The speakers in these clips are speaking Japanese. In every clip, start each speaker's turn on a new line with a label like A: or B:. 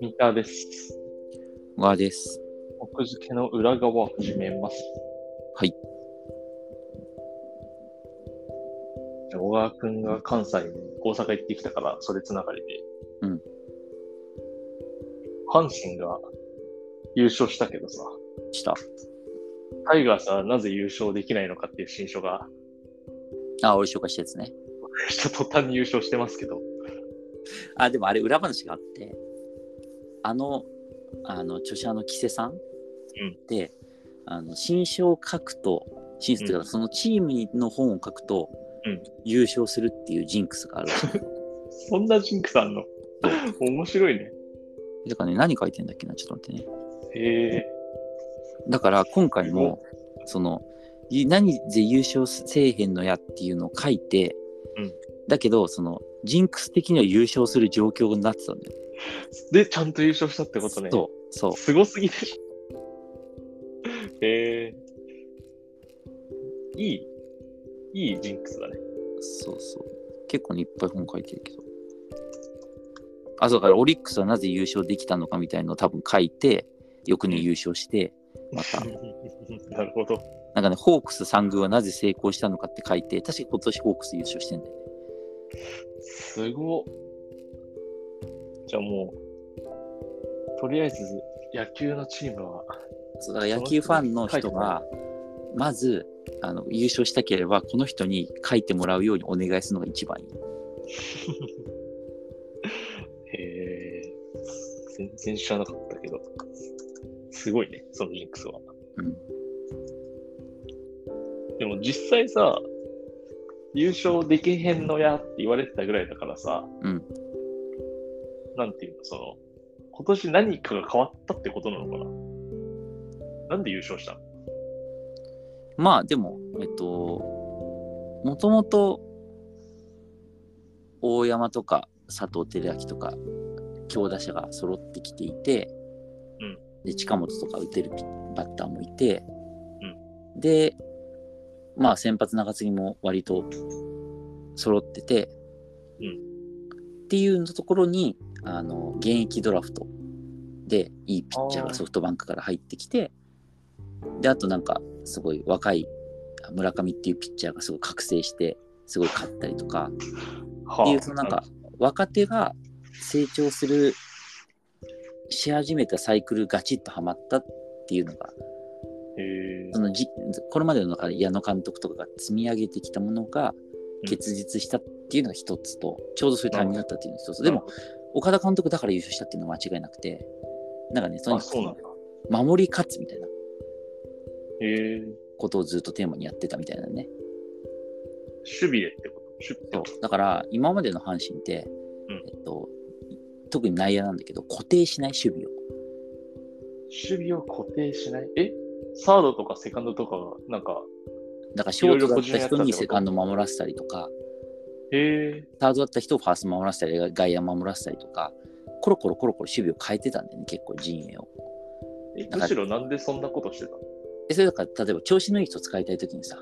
A: 三田です。
B: わーです。
A: 奥付けの裏側を始めます。
B: はい。
A: 小川くんが関西に大阪行ってきたから、それつながりで。
B: うん。
A: 阪神が優勝したけどさ、
B: した。
A: タイガースはなぜ優勝できないのかっていう新書が、
B: あ、俺紹介したやつね。
A: した途端に優勝してますけど、
B: あ、でもあれ裏話があって、あの、あの、著者の木瀬さん、で、あの、新書を書くと、新書っていうか、そのチームの本を書くと、
A: うん
B: 優勝するっていうジンク スがあるらしい。
A: そんなジンクさんの。面白いね。
B: だからね、何書いてんだっけな、ちょっと待ってね。
A: へえ
B: だから今回も、その、い何で優勝せえへんのやっていうのを書いて、
A: うん
B: だけど、その、ジンクス的には優勝する状況になってたんだよね。
A: で、ちゃんと優勝したってことね。
B: そう、そう。
A: すごすぎでしょ。へえいい、いいジンクスだね。
B: そうそう。結構ね、いっぱい本書いてるけど。あ、そうだから、オリックスはなぜ優勝できたのかみたいのを多分書いて、翌年優勝して、また、
A: なるほど。
B: なんかね、ホークス三軍はなぜ成功したのかって書いて、確か今年ホークス優勝してんだよね。
A: すごっ。じゃあもう、とりあえず野球のチームは、
B: そうだから野球ファンの人が、まず、あの優勝したければ、この人に書いてもらうようにお願いするのが一番いい。
A: へえ全然知らなかったけど、すごいね、そのジンクスは。
B: うん。
A: でも実際さ、優勝できへんのやって言われてたぐらいだからさ、
B: うん
A: なんていうの、その、今年何かが変わったってことなのかななんで優勝したの
B: まあでも、えっと、もともと大山とか佐藤輝明とか強打者が揃ってきていて、
A: うん
B: で近本とか打てるピバッターもいて、で、まあ先発中継ぎも割と揃ってて、
A: うん
B: っていうところにあの現役ドラフトでいいピッチャー
A: あー
B: がソフトバンクから入ってきてであとなんかすごい若い村上っていうピッチャーがすごい覚醒してすごい勝ったりとか
A: は
B: っていうそのなんか若手が成長するし始めたサイクルガチッとはまったっていうのが
A: へえ
B: そのじこれまでの中で矢野監督とかが積み上げてきたものが
A: うん
B: 結実したっていうのが一つと、ちょうどそういうタイミングだったっていうのが一つ、で
A: な
B: も岡田監督だから優勝したっていうのは間違いなくてなんかねとに
A: あ、
B: か
A: そうなん
B: く
A: だ。
B: 守り勝つみたいな
A: へえ
B: ことをずっとテーマにやってたみたいなね
A: 守備でってこと守備って
B: そ
A: こ
B: う
A: と
B: だから今までの阪神って、
A: うん
B: えっと、特に内野なんだけど固定しない守備を
A: 守備を固定しないえサードとかセカンドとかが、なんか、
B: だからショートだっ
A: いろいろ個人や
B: た
A: ったってこ
B: 人
A: と
B: にセカンド守らせたりとか
A: へえ
B: サードだった人をファースト守らせたり外野守らせたりとかコロコロコロコロ守備を変えてたんだよね結構陣営を
A: え、
B: だから
A: むしろなんでそんなことしてた
B: でそれだから例えば調子のいい人使いたい時にさ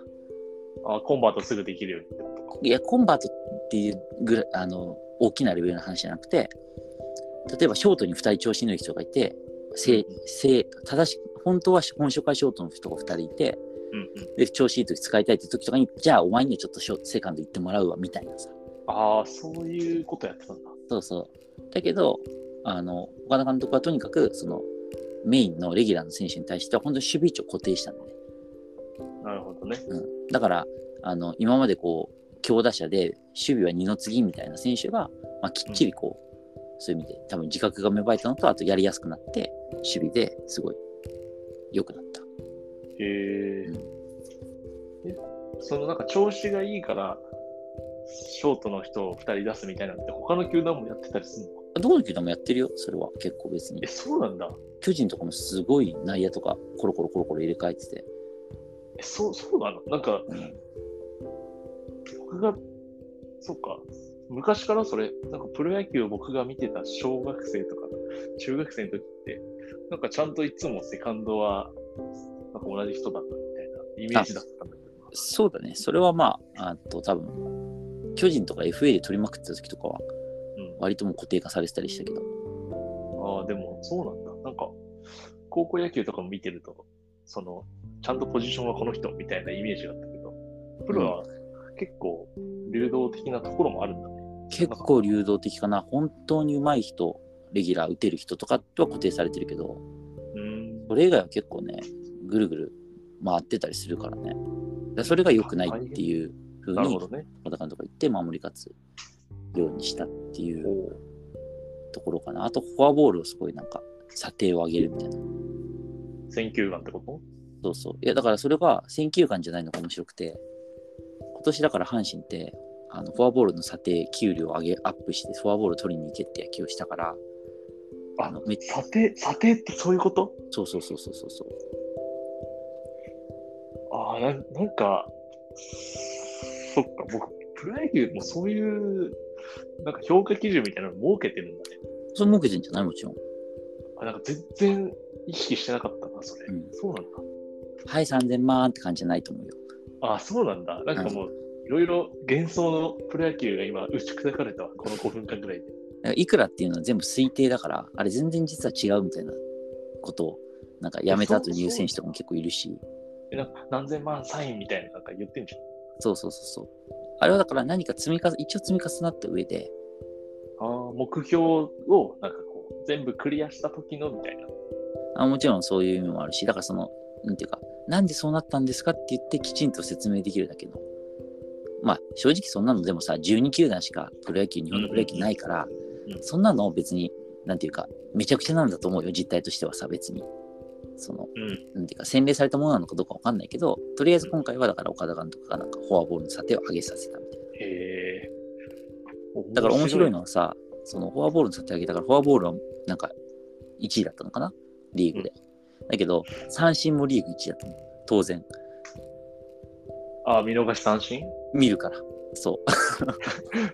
A: のあ、コンバートすぐできるようにってことか。
B: いやコンバートっていうぐらいあの大きなレベルの話じゃなくて例えばショートに2人調子のいい人がいて正正正し本当は本初回ショートの人が2人いて
A: うんうん。
B: で調子いい時使いたいって時とかにじゃあお前にはちょっとショートセカンド行ってもらうわみたいなさ
A: ああ、そういうことやってたんだ。
B: そうそう。だけど、あの、岡田監督はとにかく、その、メインのレギュラーの選手に対しては、本当に守備位置を固定したんだね。
A: なるほどね。
B: うん。だから、あの、今までこう、強打者で、守備は二の次みたいな選手が、まあ、きっちりこう、そういう意味で、多分自覚が芽生えたのと、あとやりやすくなって、守備ですごい良くなった。
A: へええそのなんか調子がいいから、ショートの人を2人出すみたいなのって、他の球団もやってたりするの
B: どこの球団もやってるよ、それは結構別に
A: え、。そうなんだ。
B: 巨人とかもすごい内野とか、コロコロコロコロ入れ替えてて。
A: え、そう、そうなのなんか、
B: うん
A: 僕が、そうか、昔からそれ、なんかプロ野球を僕が見てた小学生とか、中学生の時って、なんかちゃんといつもセカンドは、なんか同じ人だったみたいなイメージだったんだけどな。
B: そうだね。それはまあ、あと多分、巨人とか FA で取りまくってた時とかは、
A: うん
B: 割ともう固定化されてたりしたけど、
A: ああ、でもそうなんだ。なんか、高校野球とかも見てると、その、ちゃんとポジションはこの人みたいなイメージがあったけど、プロは結構流動的なところもあるんだね。
B: 結構流動的かな。本当に上手い人、レギュラー打てる人とかは固定されてるけど、
A: うん。
B: それ以外は結構ね、ぐるぐる回ってたりするからね。だからそれが良くないっていうふう
A: なる
B: に、
A: ほ
B: 小
A: どね。
B: 田監督が言って守り勝つようにしたっていう。
A: おー
B: ところかな。あと、フォアボールをすごいなんか、査定を上げるみたいな。
A: 選球眼ってこと
B: そうそう。いや、だからそれが選球眼じゃないのが面白くて、今年だから阪神って、あのフォアボールの査定、給料を上げ、アップして、フォアボールを取りに行けって野球をしたから、
A: あ
B: あの、め
A: 査定、査定ってそういうこと
B: そうそうそうそうそうそう。
A: ああ、なんなんか、そっか、僕、プロ野球もそういう、なんか評価基準みたいなの設けてるんだね。
B: その目人じゃないもちろん。
A: あなんか全然意識してなかったな、それ。
B: うん
A: そうなんだ。
B: はい、3000万って感じじゃないと思うよ。
A: あ、そうなんだ。なんかもう、いろいろ幻想のプロ野球が今、打ち砕かれたわ、この5分間ぐらいで。
B: だからいくらっていうのは全部推定だから、あれ全然実は違うみたいなことを、なんかやめた後に言う選手とかも結構いるし、
A: えなんか何千万サインみたいな、なんか言ってんじ
B: そうそうそうそう。あれはだから何か積み重ね、一応積み重なった上で、
A: ゃん。ああ、目標を、なんかこう、全部クリアした時のみたいな。
B: あもちろんそういう意味もあるし、だからその、なんていうか、なんでそうなったんですかって言ってきちんと説明できるだけの。まあ、正直そんなのでもさ、12球団しかプロ野球、日本のプロ野球ないから、
A: うん
B: そんなの別に、なんていうか、めちゃくちゃなんだと思うよ、実態としてはさ、別に。その、
A: うん
B: なんていうか、洗礼されたものなのかどうかわかんないけど、とりあえず今回はだから岡田監督がなんかフォアボールの査定を上げさせたみたいな。
A: へえ。
B: だから面白いのはさ、そのフォアボールの査定上げたから、フォアボールはなんか1位だったのかな、リーグで。だけど、三振もリーグ1位だったの。当然、
A: ああ、見逃し三振
B: 見るから。そう。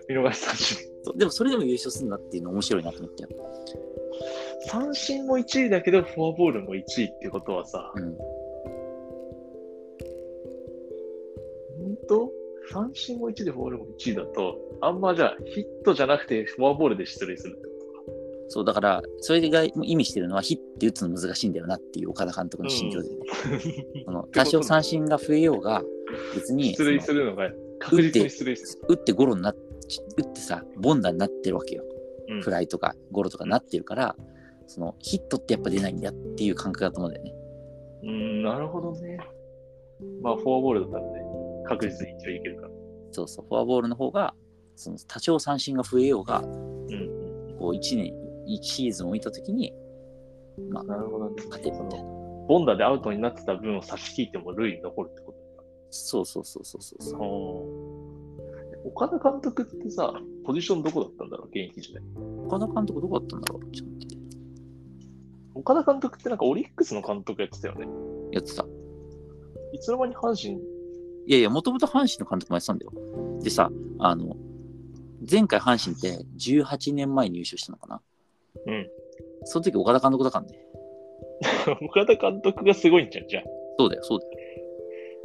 A: 見逃し三振。
B: そう でも、それでも優勝するんだっていうの面白いなと思ったよ。
A: 三振も1位だけど、フォアボールも1位ってことはさ、
B: うん。
A: 本当三振も1位でフォアボールも1位だと、あんまじゃあ、ヒットじゃなくて、フォアボールで出塁するってこと
B: そう、だから、それが意味してるのは、ヒッて打つの難しいんだよなっていう岡田監督の心情で、 その多少三振が増えようが、別に
A: 出塁するのが確実に出塁す
B: その打ってゴロになっ打ってさ、ボンダになってるわけよ。
A: る。うん
B: フライとかゴロとかなってるから、そのヒットってやっぱ出ないんだっていう感覚だと思うんだよね。
A: うん、なるほどね。まあ、フォアボールだったらね、確実に一応いけるから。
B: そうそう、フォアボールの方が、その多少三振が増えようが、
A: うん、
B: こう1年、1シーズンを見たときに
A: なるほどね。
B: 勝てるみたい
A: そ
B: な。
A: のボンダでアウトになってた分を差し切っても塁に残るってことか。
B: そうそうそうそうそうそう。
A: 岡田監督ってさ、ポジションどこだったんだろう、現役時代。
B: 岡田監督どこだったんだろうちょっと待って
A: 岡田監督ってなんかオリックスの監督やってたよね。
B: やってた。
A: いつの間に阪神、
B: いやいや、もともと阪神の監督もやってたんだよ。でさ、あの、前回阪神って18年前に優勝したのかな
A: うん。
B: その時岡田監督だからね。
A: 岡田監督がすごいんじゃん、じゃあ。
B: そうだよ、そうだよ。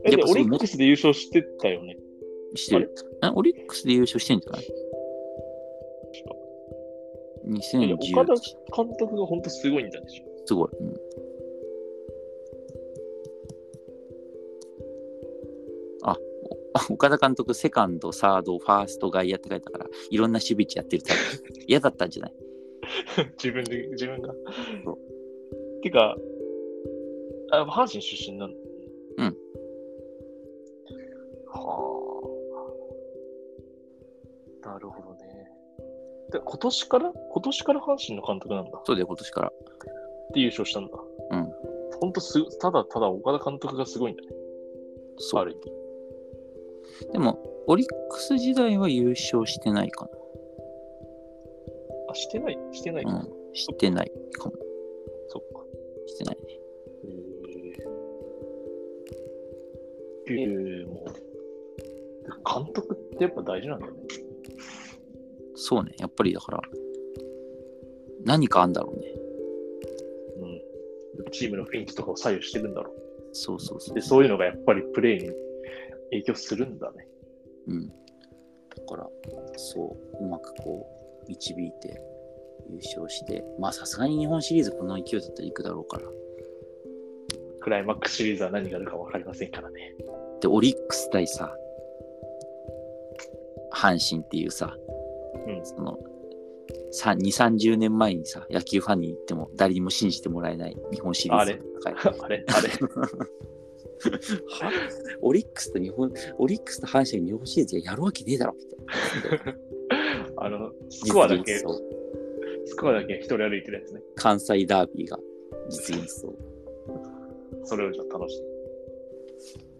A: えで、
B: やっぱそ
A: オ
B: う
A: リックスで優勝してたよね。
B: してる。えオリックスで優勝してんじゃない
A: いや
B: ?2010
A: 岡田監督が本当すごいんだでしょ。
B: すごい、うんあお あ岡田監督、セカンド、サード、ファースト、外野って書いたから、いろんな守備位置やってるタイ プ。嫌だったんじゃない
A: 自分で、自分が
B: そ。
A: てか、あ阪神出身なの
B: うん。
A: はあ。なるほどね。で今年から今年から阪神の監督なんだっ
B: そうだよ、今年から。
A: て優勝したんだ。
B: うん。
A: ほんとす、ただただ岡田監督がすごいんだね。
B: そ
A: あ
B: う
A: る意味。
B: でも、オリックス時代は優勝してないか
A: あ、してないしてない、
B: な。うん、してないかも。
A: そっか。
B: してないね。
A: えー、もう。監督ってやっぱ大事なんだね。
B: そうね、やっぱりだから、何かあんだろうね。
A: うん。チームの雰囲気とかを左右してるんだろ。
B: そうそうそうう。
A: で、そういうのがやっぱりプレーに影響するんだね。
B: うん。だから、そう、うまくこう、導いて、優勝して、まあ、さすがに日本シリーズこの勢いだったら行くだろうから。
A: クライマックスシリーズは何があるか分かりませんからね。
B: で、オリックス対さ、阪神っていうさ、
A: うん
B: その、さ2、30年前にさ、野球ファンに行っても、誰にも信じてもらえない日本シリーズの 戦い。
A: あれあれ
B: オリックスと日本、オリックスと阪神の日本シリーズやるわけねえだろ、みたいな。
A: あの、スコアだけ
B: 実現し、そう
A: スコアだけ一人歩いてるやつね。
B: 関西ダービーが実現しそう。
A: それをじゃあ楽しみ。